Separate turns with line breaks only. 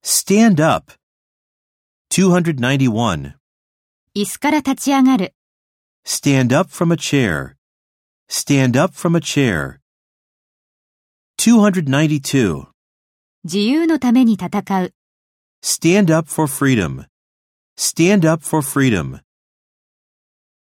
Stand up. 291.
椅子から立ち上がる、
Stand up from a chair. Stand up from a chair. 292.
自由のために戦う。
Stand up for freedom. Stand up for freedom.